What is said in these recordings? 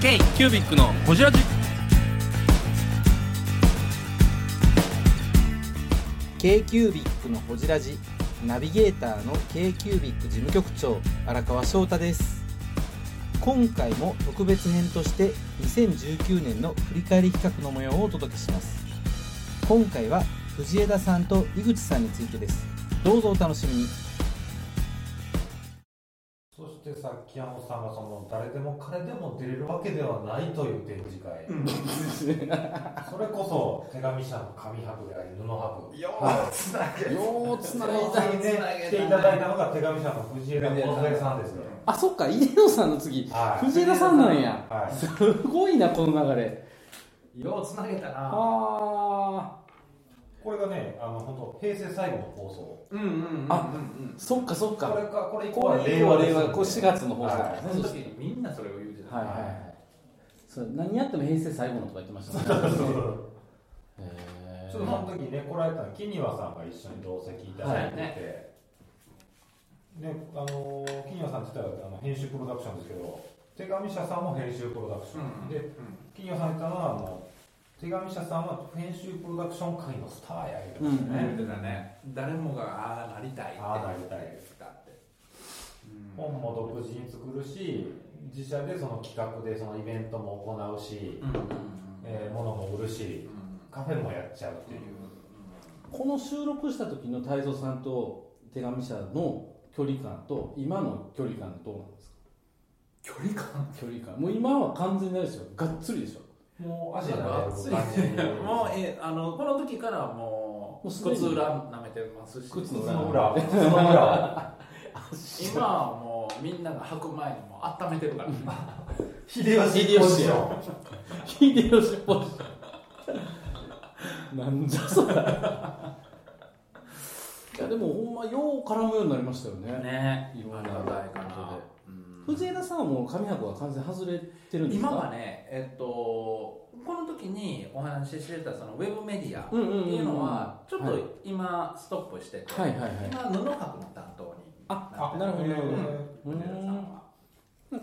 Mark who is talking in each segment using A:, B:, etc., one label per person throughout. A: K キュービックのホジラジ
B: k q u b i c のほじラジナビゲーターの k q u b i c 事務局長荒川翔太です今回も特別編として2019年の振り返り企画の模様をお届けします今回は藤枝さんと井口さんについてですどうぞお楽しみに
C: そしてさっき山本さんがその誰でも彼でも出れるわけではないという展示会、それこそ手紙社の紙博であり布博
D: ようつなげようつなげた
C: 最近ね来ていただいたのが手紙社の藤枝小杉さんですね
E: あそっか家野さんの次
C: はい
E: 藤枝さんなんや
C: はい
E: すごいなこの流れ
D: ようつなげたな
E: あ
C: これがねあの本当平成最後の放
D: うんうんうん
E: あ
D: うん
E: ーそっかそっ
C: 送こ
E: か
C: れかこれ以降
E: こ
C: は
E: れ
C: 令和ですよね
E: これ4月の放送だ
C: はい
E: ね
D: その時にみんなそれを言うてた
E: はいはいはいそう何やっても平成最後のとか言ってましたね
C: そ
E: へ
C: うちょっとその
E: ー
C: 時ね来られたの木庭さんが一緒に同席いただいてて、
D: はい
C: ねあの木庭さん自体はあの編集プロダクションですけど手紙社さんも編集プロダクション、で金魚さん言ったのはあの手紙社さんは編集プロダクション界のスターや言うてました
D: ね
C: ね、
D: 言うてたね誰もがああなりたいって
C: ああなりたい
D: ですかってうん
C: 本も独自に作るし自社でその企画でそのイベントも行うし、
D: うんうん
C: えー物も売るし
D: うん
C: カフェもやっちゃうっていう、
E: この収録した時の太蔵さんと手紙社の距離感と今の距離感どうなんですか
D: 距離感
E: 距離感もう今は完全にあれですよがっつりでしょ
C: もう足
D: が
C: が
D: っつ
C: つ
D: り
C: いてる
D: もうえあのこの時からもう
E: もうす
D: 靴
E: でに
D: 裏舐めてますし
E: 靴
C: 靴
E: の
C: の裏靴の裏
D: 今はもうみんなが履く前にもう温めてるから
C: 秀
E: 秀吉
C: ポジション
E: 秀吉っぽいなんじゃそれいやでもほんまよう絡むようになりましたよね
D: ね
E: いろんな
D: ありがたいかな
E: こ藤枝さんはもう上白は完全外れてるんですか
D: 今はねえっとこの時にお話ししてたそのウェブメディアって
E: うんうんうんうん
D: いうのはちょっ
E: はい
D: と今ストップしてて
E: はいはいはい
D: 今布博の担当に
E: あなるほどなるほどう
D: 藤枝さん
E: ん
D: は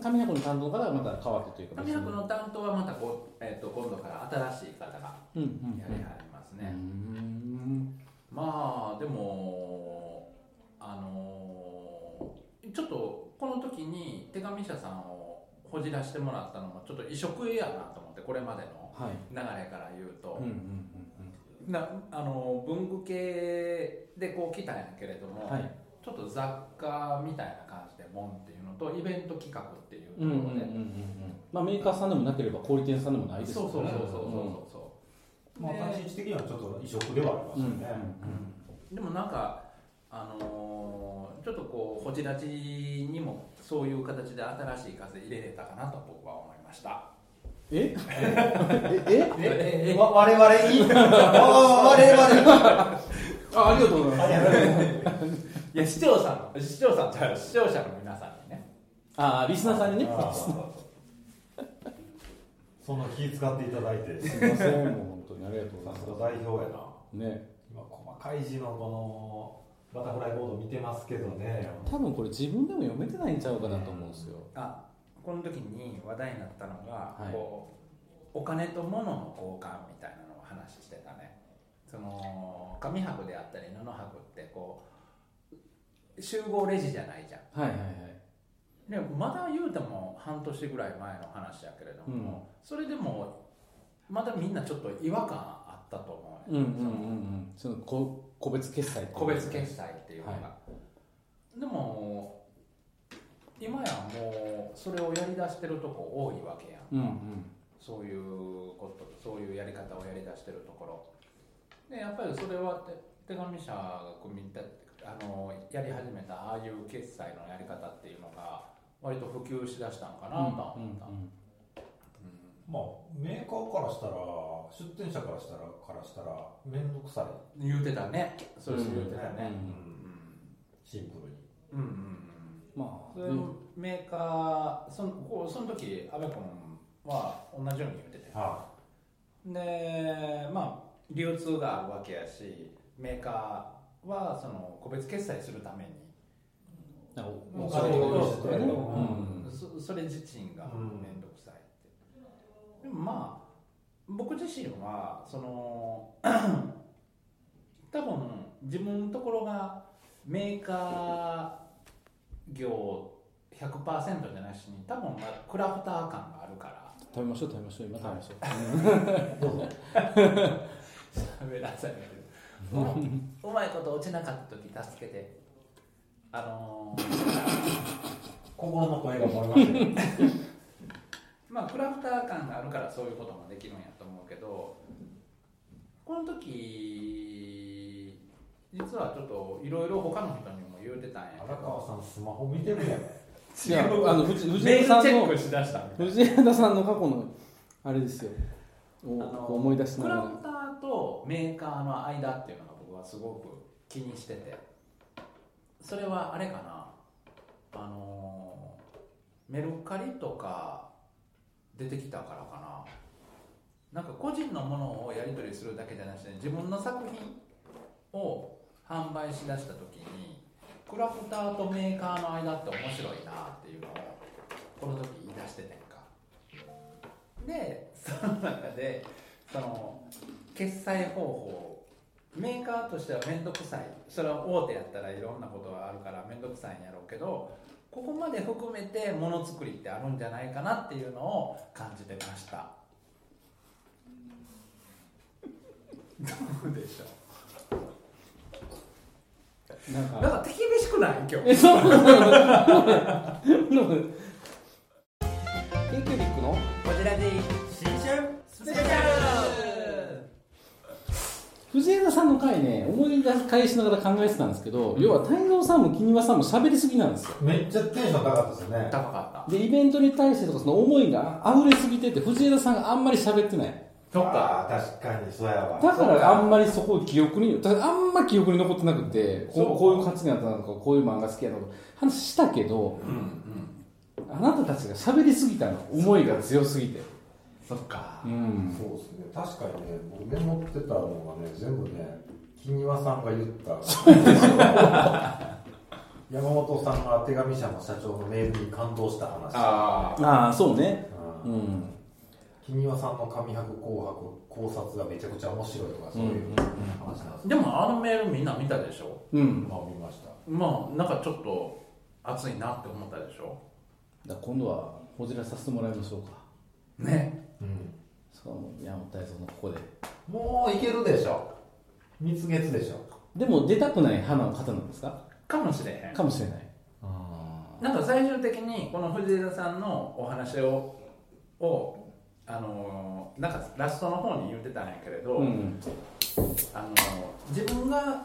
E: 上白の担当からまた変わってというか
D: 紙博の担当はまたこう、えっと今度から新しい方が
E: うんうん
D: やりはります
E: う
D: ね、
E: ん
D: まあでもあのーちょっとこの時に手紙社さんをこじらしてもらったのもちょっと異色やなと思ってこれまでの
E: はい
D: 流れから言うと
E: うん、うん
D: なあのー文具系でこう来たんやけれど
E: うんう
D: も、
E: んはい
D: ちょっと雑貨みたいな感じでもんっていうのとイベント企画っていう
E: うんうん
D: と
E: うん
D: こ
E: う
D: ろ
E: んう
D: で、
E: んまあメーカーさんでもなければ小売店さんでもないです
D: そうそうそうそうそうそう、
C: まあ立ち位置的にはちょっと異色ではあり
E: うん
C: ま
E: う
C: す
E: んう
C: よね、
E: ん
D: でもなんか、あのーちょっとこうホジラジにもそういう形で新しい風入れれたかなと僕は思いました
E: え え
C: えわ我々にあー我々に
E: あありがとうございます
D: いや視聴者の視聴者じゃない視聴者の皆さんにね
E: ああリスナーさんにね
C: あーその気使っていただいて
E: すいませんもう本当にありがとうご
C: さ
E: ざいま
C: すが
E: す
C: 代表やな
E: ね
C: 今細かい字のこのバタフライボード見てますけどね
E: 多分これ自分でも読めてないんちゃうかなと思うんですよ
D: あこの時に話題になったのが、
E: はい
D: こうお金と物の交換みたいなのを話してたねその紙箔であったり布箔ってこう集合レジじゃないじゃん
E: はいはいはい
D: ね、まだ言うても半年ぐらい前の話やけれども、それでもまだみんなちょっと違和感あったと思う
E: うん
D: ね、
E: うんうんうんそのこ個別決済って
D: そ
E: こ
D: の個
E: と
D: 別決済っていうのが、
E: は
D: でも今やもうそれをやりだしてるとこ多いわけやん
E: うんうん
D: そういうことそういうやり方をやりだしてるところでやっぱりそれは手手紙社が組み立てあのやり始めたああいう決済のやり方っていうのが割と普及しだしたんかなとは
E: う
D: 思
E: ん
D: った、
C: まあメーカーからしたら出店者からしたらからしたら面倒くさい、
D: 言うてたねそれそれ言うてた
E: うんう
D: ねうん
C: んシンプルに
D: うんうん
E: まあ
D: うんうんそれメーカーそのこうその時阿部君は同じように言うてて
C: は
D: でまあ流通があるわけやしメーカーはその個別決済するために
E: なんか
C: い
E: お
C: お
E: 金を
C: 金を
E: 用意
C: 用意
E: し
C: してて
E: た
C: た
E: よね
C: よね
E: うん
D: そそれ自身が面倒くさいって、でもまあ僕自身はその 多分自分のところがメーカー業100%じゃなしに多分まあクラフター感があるから
E: 食べましょう食べましょう今食べましょう、
D: 喋らされてるうまうまいこと落ちなかった時助けてあのー
C: 心の声が漏れましたね
D: まあクラフター感があるからそういうこともできるんやと思うけどこの時実はちょっといろいろ他の人にも言うてたんやけ
C: 荒
D: ど
C: 川さんスマホ見てるや
E: い
C: ん
E: やあの藤藤
D: メ
E: 枝さ
D: ールチ
E: ん
D: ェッ
E: の
D: クしだしたみたいな
E: 藤枝さんの過去のあれですよを
D: あの
E: こう思い出しな
D: ク
E: が
D: ラ
E: ら
D: フターとメーカーの間っていうのが僕はすごく気にしててそれはあれかなあのーメルカリとか出てきたからかななんか個人のものをやり取りするだけじゃなくて自分の作品を販売しだした時にクラフターとメーカーの間って面白いなっていうのをこの時言い出しててんかでその中でその決済方法メーカーとしては面倒くさいそれは大手やったらいろんなことがあるから面倒くさいんやろうけどここまで含めてものづくりってあるんじゃないかなっていうのを感じてましたどうでしょう
E: なんか
D: なんか手厳しくない今日
E: えそうそうそう
B: k q b i c の
D: こちらで
A: 新春
D: ス
A: ペシ
D: ャル
E: 藤枝さんの回ね思い出し返しながら考えてたんですけど、要は泰造さんも金庭さんも喋りすぎなんですよ
C: めっちゃテンション高かったですよね
D: 高かっ
E: でイベントに対してとかその思いが溢れすぎてて藤枝さんがあんまり喋ってない
D: たそっか
C: あー確かにそうやわ
E: だからあんまりそこ記憶にだからあんま記憶に残ってなくてこうこういう感じになったのかこういう漫画好きやなとか話したけど、あなたたちが喋りすぎたの思いが強すぎて
D: そっか
E: うん
C: そうですね確かにね僕メモってたのがね全部ね金庭さんが言 った山本さんが手紙社の社長のメールに感動した話
D: あ
E: ああそうね
C: う
E: うんん
C: 金庭さんの紙白紅白考察がめちゃくちゃ面白いとかそういう話なんです
D: でもあのメールみんな見たでしょ
E: うん
C: まあ見ました
D: まあなんかちょっと熱いなって思ったでしょ
E: だから今度はこじらさせてもらいましょうか
D: ね
C: うん
E: そうもう山本泰造のここで
C: もういけるでしょ蜜月でしょ
E: でも出たくない花を方なんですか
D: かもしれへん
E: かもしれない
D: なんか最終的にこの藤枝さんのお話ををあのーなんかラストの方に言ってたんやけれど、
E: うん
D: あの自分が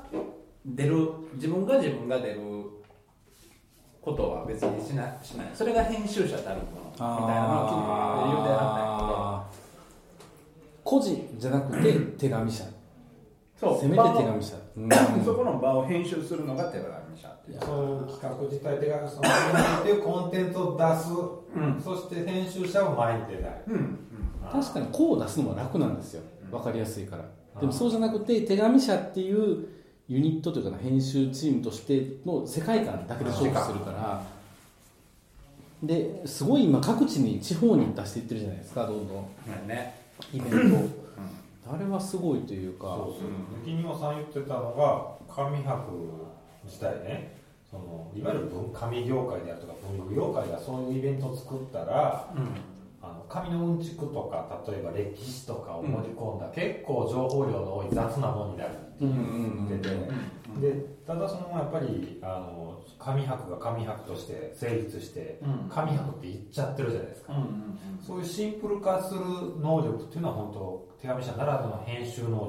D: 出る自分が自分が出ることは別にしなしないそれが編集者たるものみたいなのを言うては
E: あー個人じゃなくて手紙者
D: ったんやけど
E: せめて手紙者、うん
D: 場を そこの場を編集するのが手紙者っていう
C: その企画自体でそのっていうコンテンツを出す、そして編集者を前に出ない、
E: 確かにこう出すのは楽なんですよ分かりやすいからでもそうじゃなくて手紙者っていうユニットというかな編集チームとしての世界観だけで勝負するからですごい今各地に地方に出していってるじゃないですかどんどん
D: ね
E: イベントをあれはすごいというか
C: そうそう雪庭さん言ってたのが紙博自体ねそのいわゆる文紙業界であるとか文具業界ではそういうイベントを作ったらあの紙のうんちくとか例えば歴史とかを盛り込んだ、結構情報量の多い雑なものになるって言ってて、でただそのやっぱりあの紙博が紙博として成立して、
D: うん
C: 紙博って言っちゃってるじゃないですか
D: うんうんうん
C: そういうシンプル化する能力っていうのは本当手紙社ならではの編集能力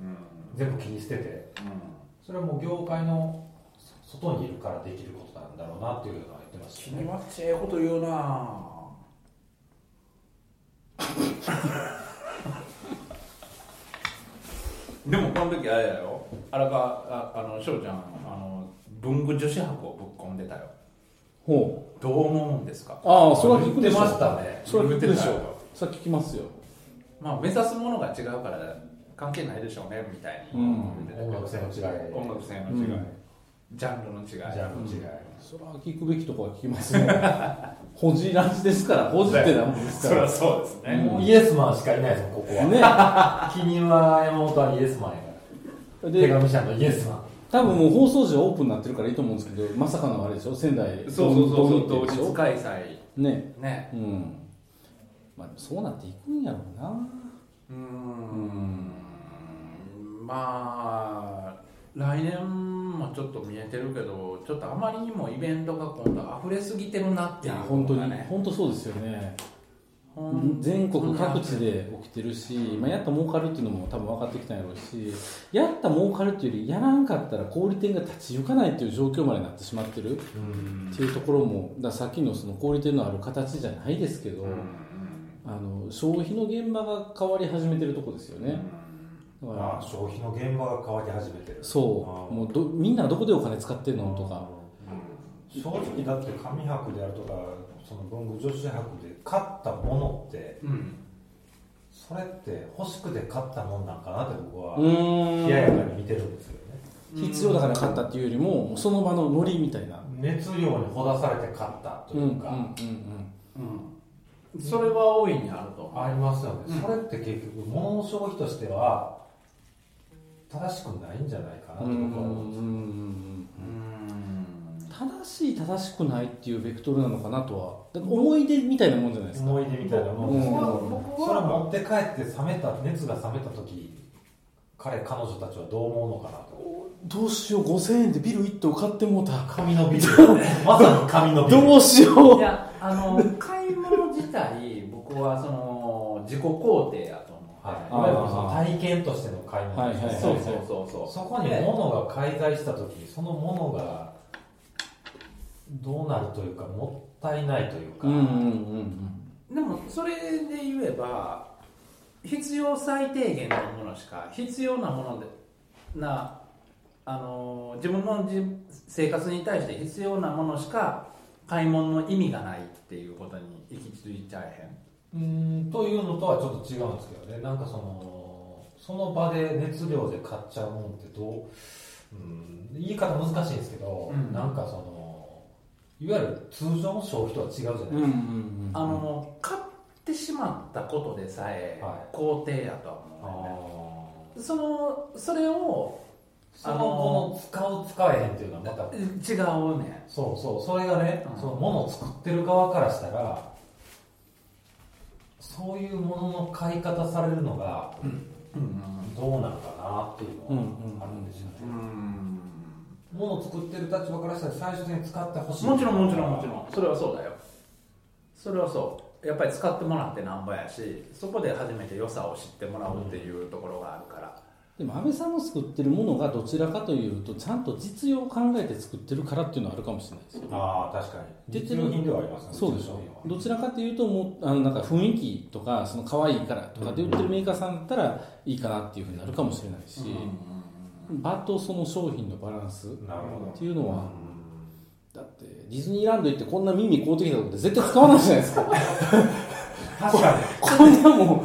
D: うん
C: 全部切り捨ててそれはもう業界の外にいるからできることなんだろうなっていうのは言ってました
D: 君
C: ね
D: はちええこと言うなぁでもこの時あれだよ荒川ああの翔ちゃんあの文具女子博をぶっ込んでたよ
E: ほう
D: どう思うんですか
E: ああそれは聞くでしょ
C: 言ってましたね
E: それは聞くでし
D: 言ってた
E: ょ
D: よ
E: それは聞きますよ
D: まあ目指すものが違うから関係ないでしょうねみたいに言ってたけど
C: 音楽性の違い
D: 音楽性の違い、
E: うん
D: ジャンルの違い
C: ジャンルの違い、
E: それは聞くべきとこは聞きますね。 ほじらじですから、ほじってなもんです
D: そ
E: か
D: り
E: ら。
D: ゃそうですね、
C: もうイエスマンしかいないですもんここは
E: ね、
C: 記任は山本はイエスマンやから手
E: で
C: 紙社のイエスマン
E: 多分もう放送時はオープンになってるからいいと思うんですけどまさかのあれでしょ仙台
D: そうそうそうそう
E: ドー
D: 同
E: ムって
D: 日開催
E: ね
D: ね
E: うんまあでもそうなっていくんやろうな
D: うーんまあ来年もちょっと見えてるけどちょっとあまりにもイベントが今度溢れすぎてるなっ
E: い
D: ていう
E: や本当に
D: のがね
E: 本当そうですよね
D: ほん
E: 全国各地で起きてるし、まあ、やった儲かるっていうのも多分分かってきたんやろうしやった儲かるっていうよりやらんかったら小売店が立ち行かないっていう状況までなってしまってるっていうところもだからさっきのその小売店のある形じゃないですけど、
D: うん
E: あの消費の現場が変わり始めてるとこですよね、だから
C: ああ消費の現場が変わり始めてる
E: そう
C: あー
E: もうどみんなどこでお金使ってんのとか
C: 正直だって紙博であるとかその文具女子博で買ったものって
D: うんうん
C: それって欲しくて買ったもんなんかなって僕は
E: うーん
C: 冷ややかに見てるんですよね
E: 必要だから買ったっていうよりももうその場のノリみたいな
C: 熱量にほだされて買ったと
E: うんう
C: い
E: んう
C: うん
E: う
C: か、
E: ん
D: うんそれは大いにあると思う
C: ありますよね、
D: うん
C: それって結局物の消費としては正しくないんじゃないかなと
E: うん
C: 僕は思うんですよ
D: うん
E: 正しい正しくないっていうベクトルなのかなとはだって思い出みたいなもんじゃないですか
C: 思い出みたいなもんですけ
E: うん
C: ど、それ持って帰って冷めた熱が冷めた時彼彼女たちはどう思うのかなと
E: どうしよう5000円でビル1棟買ってもうた
C: 髪のビルまさに髪のビル
E: どうしよ
D: いうやあの買い物自体僕はその自己肯定やと思う、
C: はい、
E: あー
C: いわゆるその体験としての買い物、
E: はいはいはい
D: そうそうそうそう
C: そこに物が介在した時にその物がどうなるというかもったいないというか、
E: うんうんうん
D: でもそれで言えば必要最低限のものしか必要なものでなあの自分のじ生活に対して必要なものしか買い物の意味がないっていうことに行き着いちゃえ
C: うーんというのとはちょっと違うんですけどねなんかそのその場で熱量で買っちゃうもんってどううん言い方難しいんですけど、
D: うん
C: なんかそのいわゆる通常の消費とは違うじゃないです
E: うんうん
C: か、
E: うん
D: へんあの買ってしまったことでさえ
C: はい
D: 肯定やとは思うね、
C: あ
D: そのそれを
C: ーその後の使う使えへんっていうのはまた
D: 違うね
C: そうそうそれがね、
D: うん
C: そのものを作ってる側からしたらそういうものの買い方されるのがどうなのかなっていうのはあるんですよね、
D: うん
C: ものを作ってる立場からしたら最終的に使ってほしい
D: もちろんもちろんもちろんそれはそうだよそれはそうやっぱり使ってもらってなんぼやしそこで初めて良さを知ってもらうっていうところがあるから、
E: でも安倍さんの作ってるものがどちらかというとちゃんと実用を考えて作ってるからっていうのはあるかもしれないですよ
C: ああ確か
E: 出
C: に
E: てる
C: 実用品ではありますね
E: そうでし
C: 実用
E: ょ
C: 品は
E: どちらかというともうあのなんか雰囲気とかその可愛いからとかで売ってるメーカーさんだったらいいかなっていうふうになるかもしれないし、場とその商品のバランスっ
C: なるほど
E: ていうのは、だってディズニーランド行ってこんな耳買うてきたことって絶対使わないじゃないですか
C: 確か
E: こんなもん
C: に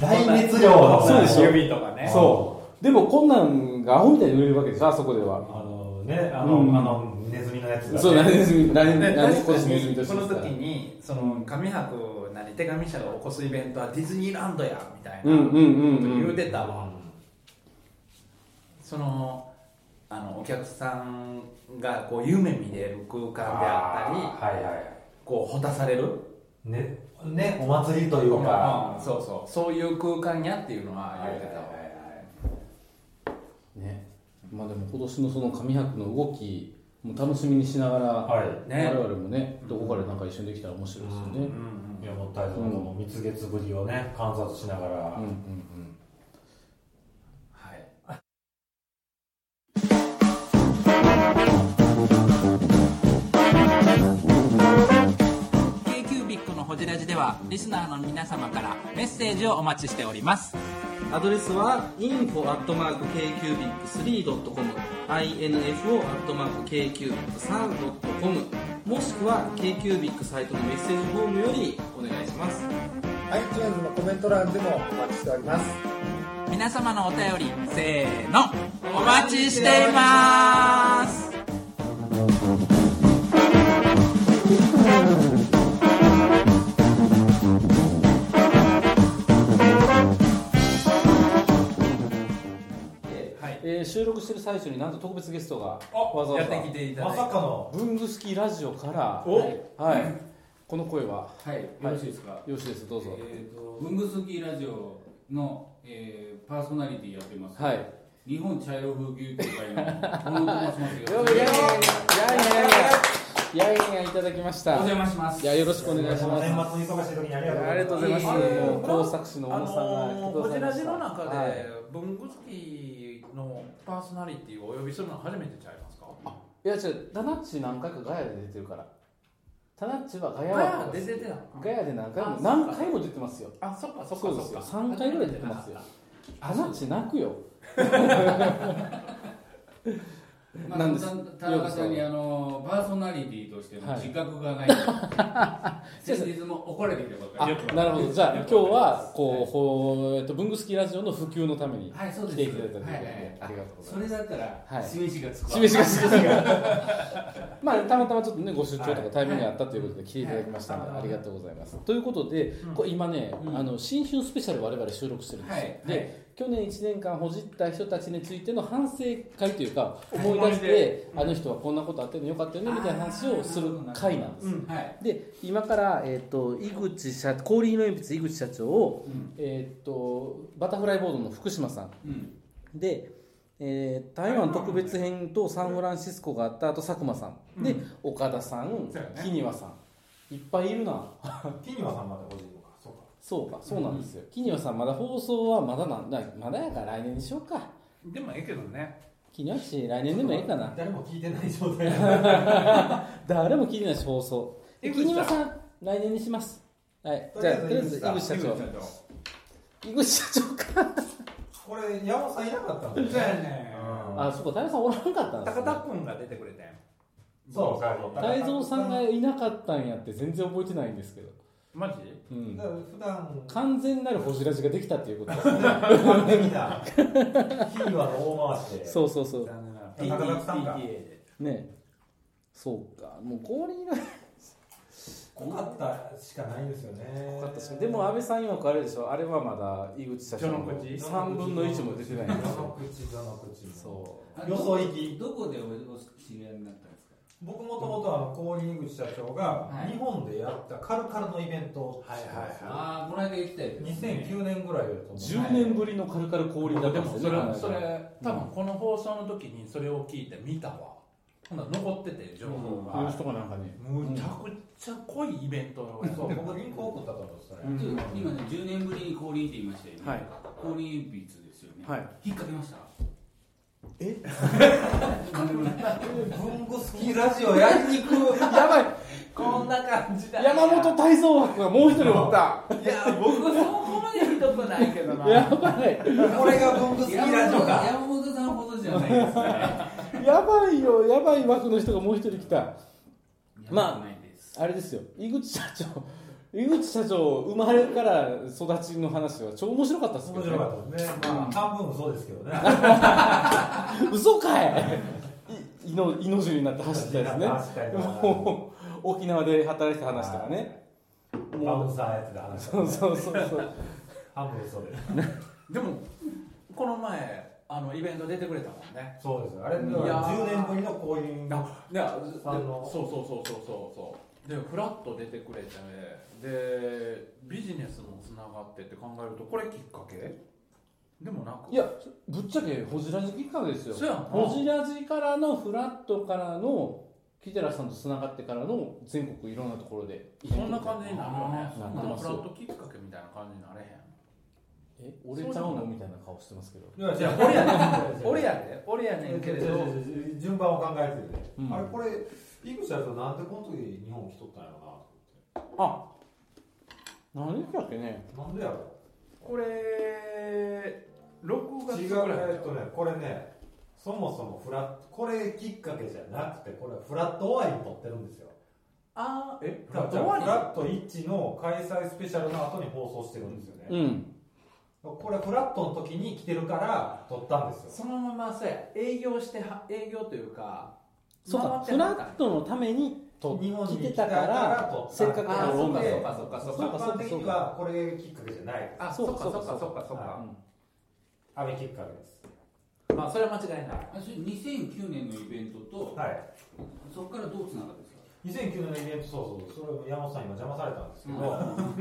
C: 大熱量の
E: そうでしょ
D: 指とかね
E: そうでもこんなんがアホみたいに売れるわけでしょあそこでは
C: あのねあの、
E: うん
C: あのネズミのやつが、ね、
E: そう何ネズミ何
D: で
E: 何
D: 確
E: こ
D: か
E: っちネズミ
D: に
E: として
D: その
E: ですか
D: 時にその紙博なり手紙社が起こすイベントはディズニーランドやみたいな
E: うん
D: こと
E: うんうんうん
D: 言うてたわ、
C: う
D: そのあのお客さんがこう夢見れる空間であったり
C: あーはいはいはい
D: こうほたされる
C: ねねお祭りというか、
D: そうそうそういう空間やっていうのは言うてたわ、
E: ねまあでも今年のその紙博の動きも楽しみにしながら、
C: は
D: ね
E: 我々もねどこかでなんか一緒にできたら面白いですよね、
C: うんい宮本太蔵のこの蜜月ぶりをね観察しながら、
E: うんうんうん
D: はい
F: ケイキュービックのホジラジではリスナーの皆様からメッセージをお待ちしております
B: アドレスは info.kcubic3.com info.kcubic3.com もしくは KQBIC サイトのメッセージフォームよりお願いします
G: iTunes のコメント欄でもお待ちしております
F: 皆様のお便りせーのお待ちしています
D: はい
E: えー収録してる最初になんと特別ゲストが
D: あ
E: わざわ
D: やっ
E: ざ
D: てきていただい
C: ま
D: て
C: さかの
E: ブングスキーラジオから、
D: お
E: はい、この声は
H: はい、よろしいですか。
E: よろしいですどうぞ、
H: えっ、と、文具好きラジオの、えー、パーソナリティやってます。
E: はい。
H: 日本茶色風牛協会の小野と申しますけど。
E: よ
H: お
E: いやいやいやいやいやいやいやいやいただきました。い
H: 邪魔します。
E: やよろしくお願いし
C: こ
E: ま
C: の
E: す。
C: 年末に忙しい時にありがとうございます
E: ありがとうございます。
D: あの
E: もう工作士の
D: あ
E: 小野さんが来
D: の
E: てく
D: ー、こ
E: ださいま
D: ちら
E: し
D: ジ
E: た。
D: の中
E: はい
D: で、文具好きのパーソナリティをお呼びするのは初めてちゃいますか
E: いや違う、タナッチ何回かガヤで出てるから。タナッチはガヤ
D: ガヤ
E: は
D: で出てたの
E: ガヤで何回も
D: あ
E: 何回も出てますよ。
D: あ、そっかそっ
E: そうですよ。三回ぐらい出てますよ。タナッチ泣くよ。
H: まあ、
E: なんです
H: 田中さんにあのパーソナリティとしての自覚がない。 先日も怒られてきたばっか
E: あ
H: り。
E: なるほど。じゃあ今日はこうほうえっと文具スキーラジオの普及のために
H: はい、そう
E: 来
H: です。
E: ていただいたということ
H: はいはい
E: であ
H: はい
E: りがとうございます
H: そ。れだったら、
E: はい
H: 示しがつくわ。
E: 示しが示しがまあたまたまちょっとねご出張とかタイミングがあったということで来ていただきましたので、ありがとうございますということで、これ今ね、
H: うん
E: あの新春スペシャル我々収録してるんですよ、
H: はい
E: で、
H: はい
E: 去年1年間ほじった人たちについての反省会というか思い出して、あの人はこんなことあってるのよかったよねみたいな話をする会なんですよ
H: はい。
E: で今から、えー、と井口社氷の鉛筆井口社長を、
H: うん
E: えー、とバタフライボードの福島さん
H: うん。
E: で、えー台湾特別編とサンフランシスコがあった後佐久間さん、で岡田さん
D: そうやね
E: 木庭さんいっぱいいるな
C: キニワさんまで個人のかそうか
E: そうかそうなんですよ、木庭さんまだ放送はまだなんだまだやから来年にしようか
D: でもええけどね。
E: 木庭氏来年でもいいかな
C: 誰も聞いてない状態
E: 誰も聞いてないし放送で
D: 井
E: 木
D: 口
E: 庭
D: さ
E: さ
D: ん
E: ん来年にしますはい
C: と
E: じ
C: り
E: ゃ
C: あ
E: あ
C: えず
E: とりあえず井口社長井口社長か
C: これ山本さんいなかったの
D: そうやね。
E: あそうか大蔵さんおらんかったんです
D: 高
E: ね
D: 田君が出てくれてん。
C: そうそう
E: 大蔵さんがいなかったんやって全然覚えてないんですけど、
D: マジ
E: うん
C: だから普段
E: 完全なるホジラジができたっていうことです
C: 完璧なキニワの大回しで
E: そうそうそう
D: 残念ながら
C: 高田さんが
D: PTA で。
E: ねそうかもう氷の
C: 濃かったしかないですよね
E: 良かったしでも安倍さん今くあれでしょあれはまだ井口社長の
D: 序の口
E: 3分の1も出てないんですよ
C: 口座の口
E: そ
H: あ
C: よそ行き
H: どこでおお知り合いになったんですか。
C: 僕もともとあの氷井口社長が
H: はい
C: 日本でやったカルカルのイベントを
D: はいはいは
H: ああ、この間行きたいです、
C: 2009年ぐらいだと
E: う
C: 思う
E: 10年ぶりのカルカル氷だ
D: い。
E: った
D: で
E: んです
D: も
E: よ
D: そ
E: こ
D: れ
E: の間
D: それ多分この放送の時にそれを聞いて見たわ。ほんなら残ってて情報
E: こういう
D: が。
E: 人がなんかね
D: むちゃくちゃ濃いイベントをやって
C: そ
D: て
C: う僕リンク送ったと思うんですよね
H: ちょっと今ね、10年ぶりに氷って言いましたよね。
E: はい
H: 氷鉛筆ですよね。
E: はい
H: 引っ掛けました。
E: え
H: なんでもない
C: 文具好きラジオやりにくい
E: やばい
H: こんな感じだ。
E: 山本泰造枠がもう一人おった
H: いや、僕そこまでひどくないけどな。
E: やばい
C: これが文具好き
H: 山
C: ラジオ
H: 本
C: か
H: 山本さんほどじゃないですね。
E: やばいよやばい枠の人がもう一人来たまあ
H: 山本ないです。
E: あれですよ井口社長 井口社長生まれから育ちの話は超面白かったですけ
C: 面
E: ど
C: 白
E: ね
C: かったですねまあ半分嘘ですけどね
E: 嘘かいいいの命になって走ったやつね
C: 走ったりとか
E: もう沖縄で働いてた話とかね
C: バウ
E: も
C: ンサーやってた話
E: うそうそうそうそう
C: 半分嘘です
D: でもこの前あのイベント出てくれたもんね。
C: そうですよあれだか
D: いや
C: ら
D: ー
C: 10年ぶりのこういう
D: いやで
C: あの
D: そうそうそうそうそうそうでフラッと出てくれてでビジネスもつながってって考えるとこれきっかけでもなく
E: いやぶっちゃけホジラジきっかけですよ
D: そうやんな
E: ホジラジからのフラットからのキテラさんとつながってからの全国いろんなところで
D: そんな感じになるよ
E: あ
D: ね
E: ー
D: そ
E: なんっ
D: な
E: てます
D: フラットきっかけみたいな感じになれへ
E: え俺ちゃうのみたいな顔してますけど
C: いや
D: んいや俺やねん俺
C: 俺
D: やね俺やねんけれど
C: 順番を考えてて、
E: うん
C: あれこれ井口社長なんでこの時日本来とったんやろ
E: あ何だっけね
C: うなと思ってなんでやろ
D: これ6月
C: 違
D: ぐ
C: う
D: らい
C: えっとねこれねそもそもフラットこれきっかけじゃなくてこれフラット終わりに撮ってるんですよ
D: あーえ
C: だからフラット1の開催スペシャルの後に放送してるんですよね、
E: うん
C: これフラットの時に来てるから撮ったんですよ
D: そのままさ営業しては営業というか
E: そうか
D: 回って
E: フ
D: なか
E: ラ
D: った
E: ットのためにと
C: 日本に
E: 来てたから
C: 来て
E: せ
C: た
E: っ
C: か
E: からく
C: あ
E: 撮ろうか
C: そう
E: と
C: か
D: そうかそう
E: そ
D: か
E: うか
C: 一般的
E: そう
C: に
E: か
C: はこれきっかけじゃない
D: あ
E: そ
D: そうう
E: か
D: か
E: そ
D: そうう
E: か
D: かそうかそうか
C: アメきっかけです
D: まあそれは間違いない
H: 私2009年のイベントと、
C: はい
H: そこからどうつながるんですか
C: 2009年のイベントそうそうそれも山本さん今邪魔されたんですけど、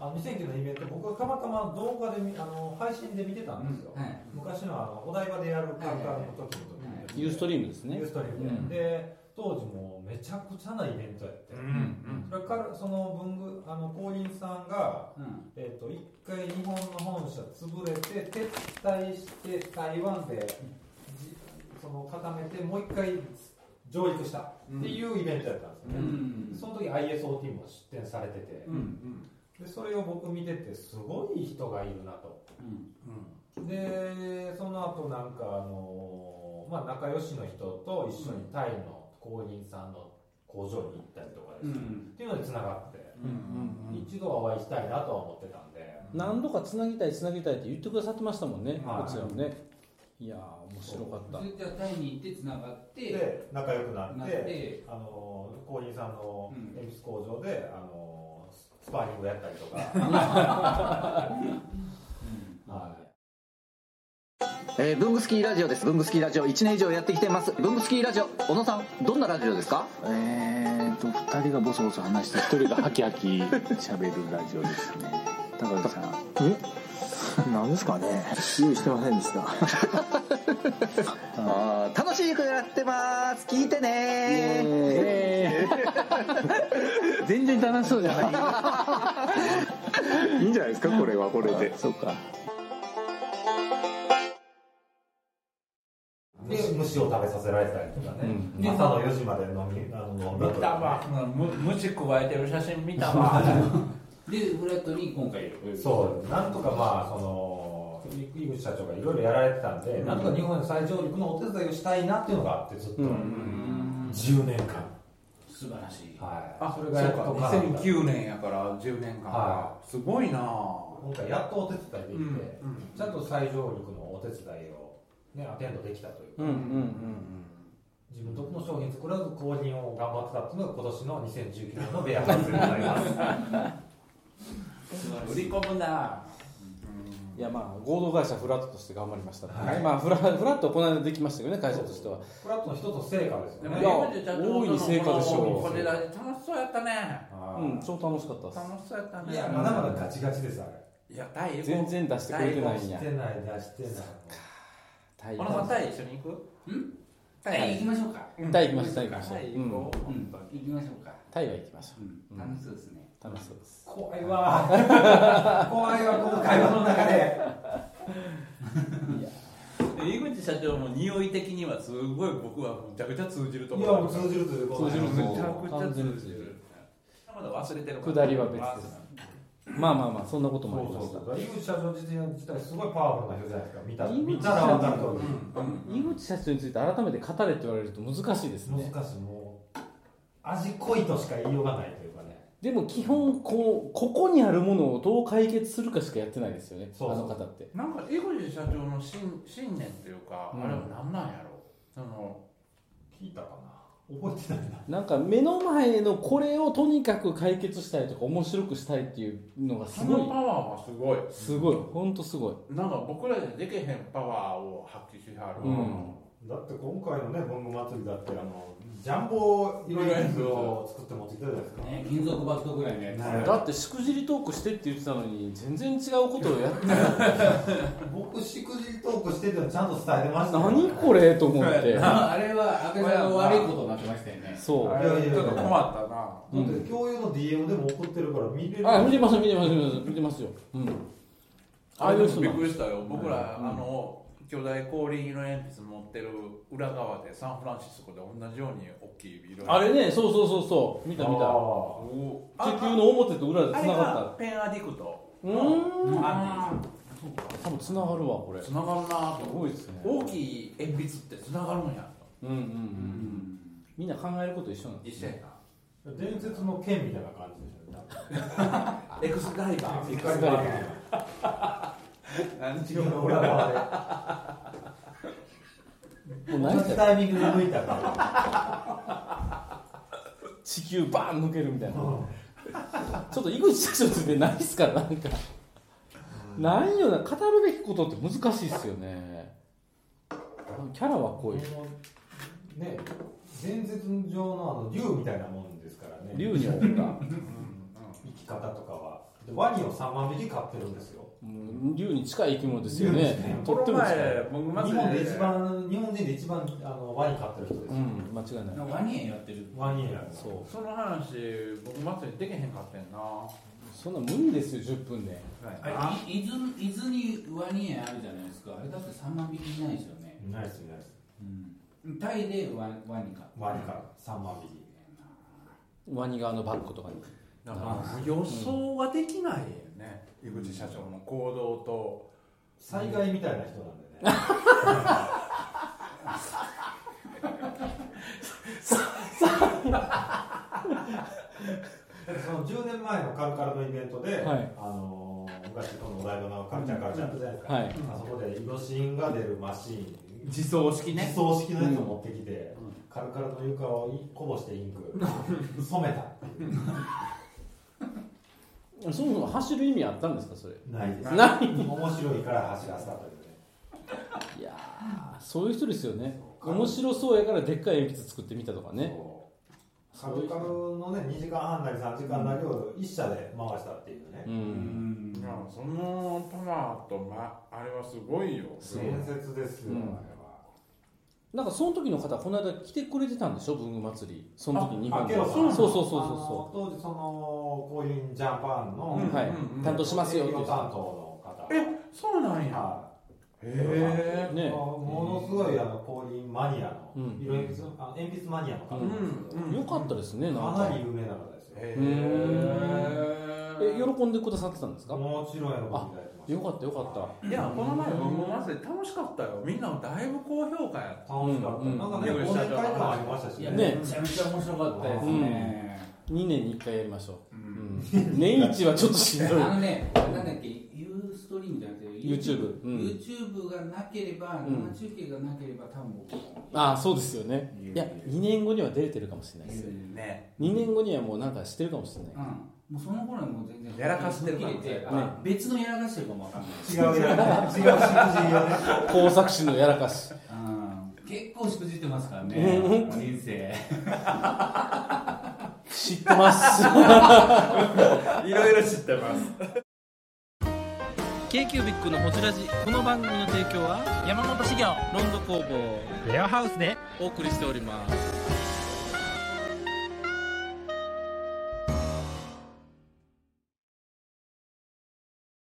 C: あの2009年のイベント僕がたまたま動画で見あの配信で見てたんですよ、
H: はい
C: 昔のあのお台場でやるカンカンの時の時
H: はい
E: ユーストリームです
C: ニ
E: ね
C: ューストリームで、で当時もうめちゃくちゃなイベントやって、
D: うん
C: それからその文具あの工林さんが
H: うん
C: えっと一回日本の本社潰れて撤退して台湾でじその固めてもう一回上陸したっていうイベントやったんですよね、
H: うん
C: その時 ISOT も出展されてて
H: う、ん
C: でそれを僕見ててすごい人がいるなと
H: うん
C: でその後なんかあのまあ仲良しの人と一緒にタイの工人さんの工場に行ったりとかです
H: う
C: ね、
H: ん
C: っていうので繋がって、
E: うんうん
C: 一度はお会いしたいなとは思ってたんで、
E: 何度かつなぎたいつなぎたいって言ってくださってましたもんね
C: はい
E: こちらもねいやー面白かった
H: それじゃあタイに行ってつながって
C: で仲良くな
H: な
C: っ
H: ってて
C: あの工人さんの
H: うん
C: 鉛筆工場で、あのスパーリングやったりとか、 は
I: えー、ブングスキーラジオです。ブングスキーラジオ1年以上やってきてます。ブングスキーラジオ、小野さん、どんなラジオですかえーと、2人がボソボソ話して、1人がハキハキ喋るラジオですね。高橋さん。えなんですかね用意してませんでした。 あー楽しくやってます。聞いてね 全然楽しそうじゃ ない。いいんじゃないですか、これはこれで。そうか。
C: い、で虫を食べさせられたりとかね、
E: うん
C: 朝の4時まで飲みあの飲んだと
D: 見た
C: か、
D: わむ虫くわえてる写真見たわ
H: でフラットに今回お呼び
C: そうなんとかまあその井口社長がいろいろやられてたんで、なんとか日本の再上陸のお手伝いをしたいなっていうのがあってずっと、10年間
H: 素晴らしい
C: はい
D: あそれ
C: が
D: が
C: や
D: や
C: っ
D: っ
C: と
D: と
C: か
D: 2009年やから10年間、
C: は
D: すごいな
C: 今回やっとお手伝いできて、
D: うん
C: ちゃんと再上陸のお手伝いを、ね、アテンドできたというか
E: うんうんうん
C: 自分とこの商品作らず後品を頑張ってたっていうのが今年の2019年のベアハウスでござい ます。
D: 売り込むない
E: やまあ合同会社フラットとして頑張りました、まあフラフラットはこの間できましたよね会社としては
C: フラットの一つの成果ですよ
H: で
C: ね
H: も。
E: いや大いに成果でしょう
D: これだ楽しそうやったね
E: う
C: は
E: ん超楽しかったです
D: 楽しそうやった
C: い
D: ね
C: いや、まだまだガチガチです、あ
D: いやタイ行こう
E: 全然出してくれて
C: れ。
E: な
C: 出
E: いん
C: し
E: や
C: てない、出してない。
E: タイ
D: 小野さんタイ一緒に行く
H: ん
D: タ
H: タイ
D: イ
H: 行きましょうか
E: タイ行きましたタイ行きました
D: タイ
E: うん
D: 行こう、
H: うん行きましょうか
E: タイは行きましょ
H: うん楽しそうですね
E: う楽しそうです
C: 怖 いわ。怖いわ、この会話の中で。
D: で井口社長も匂い的にはすごい僕はむちゃくちゃ通じると
C: い
D: 思
C: や、
D: う
C: もう通じるということ
E: 通じる
D: むちゃくちゃ通じるまだ忘れてるから
E: 下りは別ですまあまあまあそんなこともあり
C: そう
E: ま
C: そう
E: し
C: そ
E: た
C: う。だから井口社長自体自体すごいパワフルな人じゃないですか。見た
E: 井口
C: 見たらわかると
E: 井口社長について改めて語れって言われると難しいですね
C: 難しい、もう、味濃いとしか言いようがないというかね。
E: でも基本こうここにあるものをどう解決するかしかやってないですよね
C: そうそう
E: あの方って
D: なんか井口社長の信信念というか、
E: うん
D: あれは何なんやろその
C: 聞いたかな覚えてないな
E: なんか目の前のこれをとにかく解決したいとか面白くしたいっていうのがす
D: そ
E: ごい
D: のパワーはすごい
E: すごいほんとすごい
D: なんか僕らでできへんパワーを発揮しはる、
E: うん
C: だって今回のね文具祭りだってあのジャンボ色鉛筆を作って持ってきたじゃないですか、
H: ね金属バットぐらいのやつ
C: ね
E: だってしくじりトークしてって言ってたのに全然違うことをやって
C: 僕しくじりトークしててのちゃんと伝えてましたよ
E: 何これと思って
H: あれは安倍さんの悪いことになってましたよね
E: そ
D: あ
E: う
D: れはちょっと困ったな
C: だって共有の DM でも送ってるから見れる
E: あ見てます見てます見てます見てますよ、うん、ああ
D: あ
E: い
D: れ
E: う
D: で
E: 人
D: もびっ
E: も
D: くりしたよ僕ら、あの巨大氷色鉛筆持ってる裏側でサンフランシスコで同じように大きい色鉛筆
E: あれねそうそうそうそう見た見た
C: あ
D: おあ
E: 地球の表と裏で
D: あ
E: つ
D: れ
E: ながっ
D: がペンアディクト
E: たうーん
D: アン
E: 多分つながるわこれ
D: ディ
E: す
D: つながるなと
E: ごいですね
D: 大きい鉛筆ってつながるんや
E: う
D: と
E: んうんうんみんな考えること一緒なんです
D: 一緒やな
C: ー伝説の剣みたいな感じでしょ
D: エクスダイバー
C: しっかりバー
D: 何
C: 地球の裏側で
E: もう
B: 同
E: 何し
B: じ
E: たら
B: タイミングで抜いたから
E: 地球バーン抜けるみたいな、ちょっと井口社長ってないっすからなんか、ないよな語るべきことって難しいっすよねキャラは濃い
C: このね伝説上のあの竜みたいなもんですからね
E: 竜にはおった
C: 生き方とかはでワニを3万匹飼ってるんですよ
E: うん竜に近い生き物ですよ
C: 竜ですね
E: ねとっても近い、
D: 僕ま
C: 日
D: ず
C: 本で一番日本人で一番あのワニ飼ってる人です
E: う
C: よ、
E: ん、間違いない
H: なんかワニ園やってる
C: ワニや
E: そう
D: その話僕祭りできへんかったんな
E: そんな無理ですよ10分で
H: あれい伊豆伊豆にワニ園あるじゃないですかあれだって3万匹いないですよね、
C: ないですないです
H: うん、タイでワワニか
C: ワニ飼3万匹
E: ワニ側のバッグとかに
D: だから予想ができないよね、井口社長の行動と
C: 災害みたいな 人なんでねその10年前のカルカルのイベントで、
E: はい
C: あのー昔このお台場のカルチャーカルチャーあったじゃないですか、
E: はい
C: あそこでイノシンが出るマシーン
D: 自走式
C: 自走式のやつを持ってきて、カルカルの床をこぼしてインク 染めたっていう
E: そもそも走る意味あったんですかそれ
C: ないです
E: な
C: 面白いから走らせたというね
E: いやーそういう人ですよね面白そうやからでっかい鉛筆作ってみたとかね
C: カルカルのね2時間半なり3時間なりを一社で回したっていうね
E: う
H: うんん
D: いやそのパワーと、ま、あれはすごいよ
E: すごい
C: 伝説ですよ、
E: うん
C: あれ
E: なんかその時の方この間来てくれてたんでしょ文具祭りその時日
C: は
E: 本
C: あ
E: で
C: けど
E: そうそうそうそうそ
C: あの当時そのこういうジャパンの、
E: うはい
D: うんうん
E: 担当しますよっ
C: 営
E: て
C: 業
E: 言って
C: 担
E: た
C: 当の方
D: えそうなんや
C: は
D: へ
C: い
E: ね
C: あものすごいあの降臨マニアの、
E: うん
C: 色鉛筆あの鉛筆マニアの方
D: えう
C: なんんですけど、
D: うん
E: よかったですねなん
C: か
E: か
C: なり有名な方ですよ
D: へ
E: え喜んでくださってたんですか
C: もちろん喜んでいただいてました
E: よかったよかった
D: えいやこの前文具祭り楽しかったよみんなだいぶ高評価や
C: 楽しかった、
E: うん
C: なんかね
D: うん
C: 忘年会感ありましたし
H: い
C: ね
H: や
E: ね
H: めちゃめちゃ面白かったですね、
E: 2年に1回やりましょ
H: う
E: う、うんん、年一はちょっとしんどい
H: あのね、なんだっけ、ユーストリームじゃなくて、
E: YouTube うん
H: YouTube がなければ、
E: うん
H: 生中継がなければ、多分僕も
E: ああそうですよね
H: 言う
E: いや2年後には出れてるかもしれないです
H: 言う
D: ね
E: 2年後にはもうなんかしてるかもしれない
H: うん、もうその頃はもう全然
D: やらかしてるか
H: 切
D: も
H: れて、
D: ね
H: あ別のやらかしてるかもわかんない、
C: 違うやつ違う新人よね
E: 工作師のやらかし
H: うん、結構しくじってますからね人生
E: 知ってます
D: いろいろ知ってます
A: k q b i c のホジラジこの番組の提供は
F: 山本修行
A: ロンド工房レアハウスでお送りしております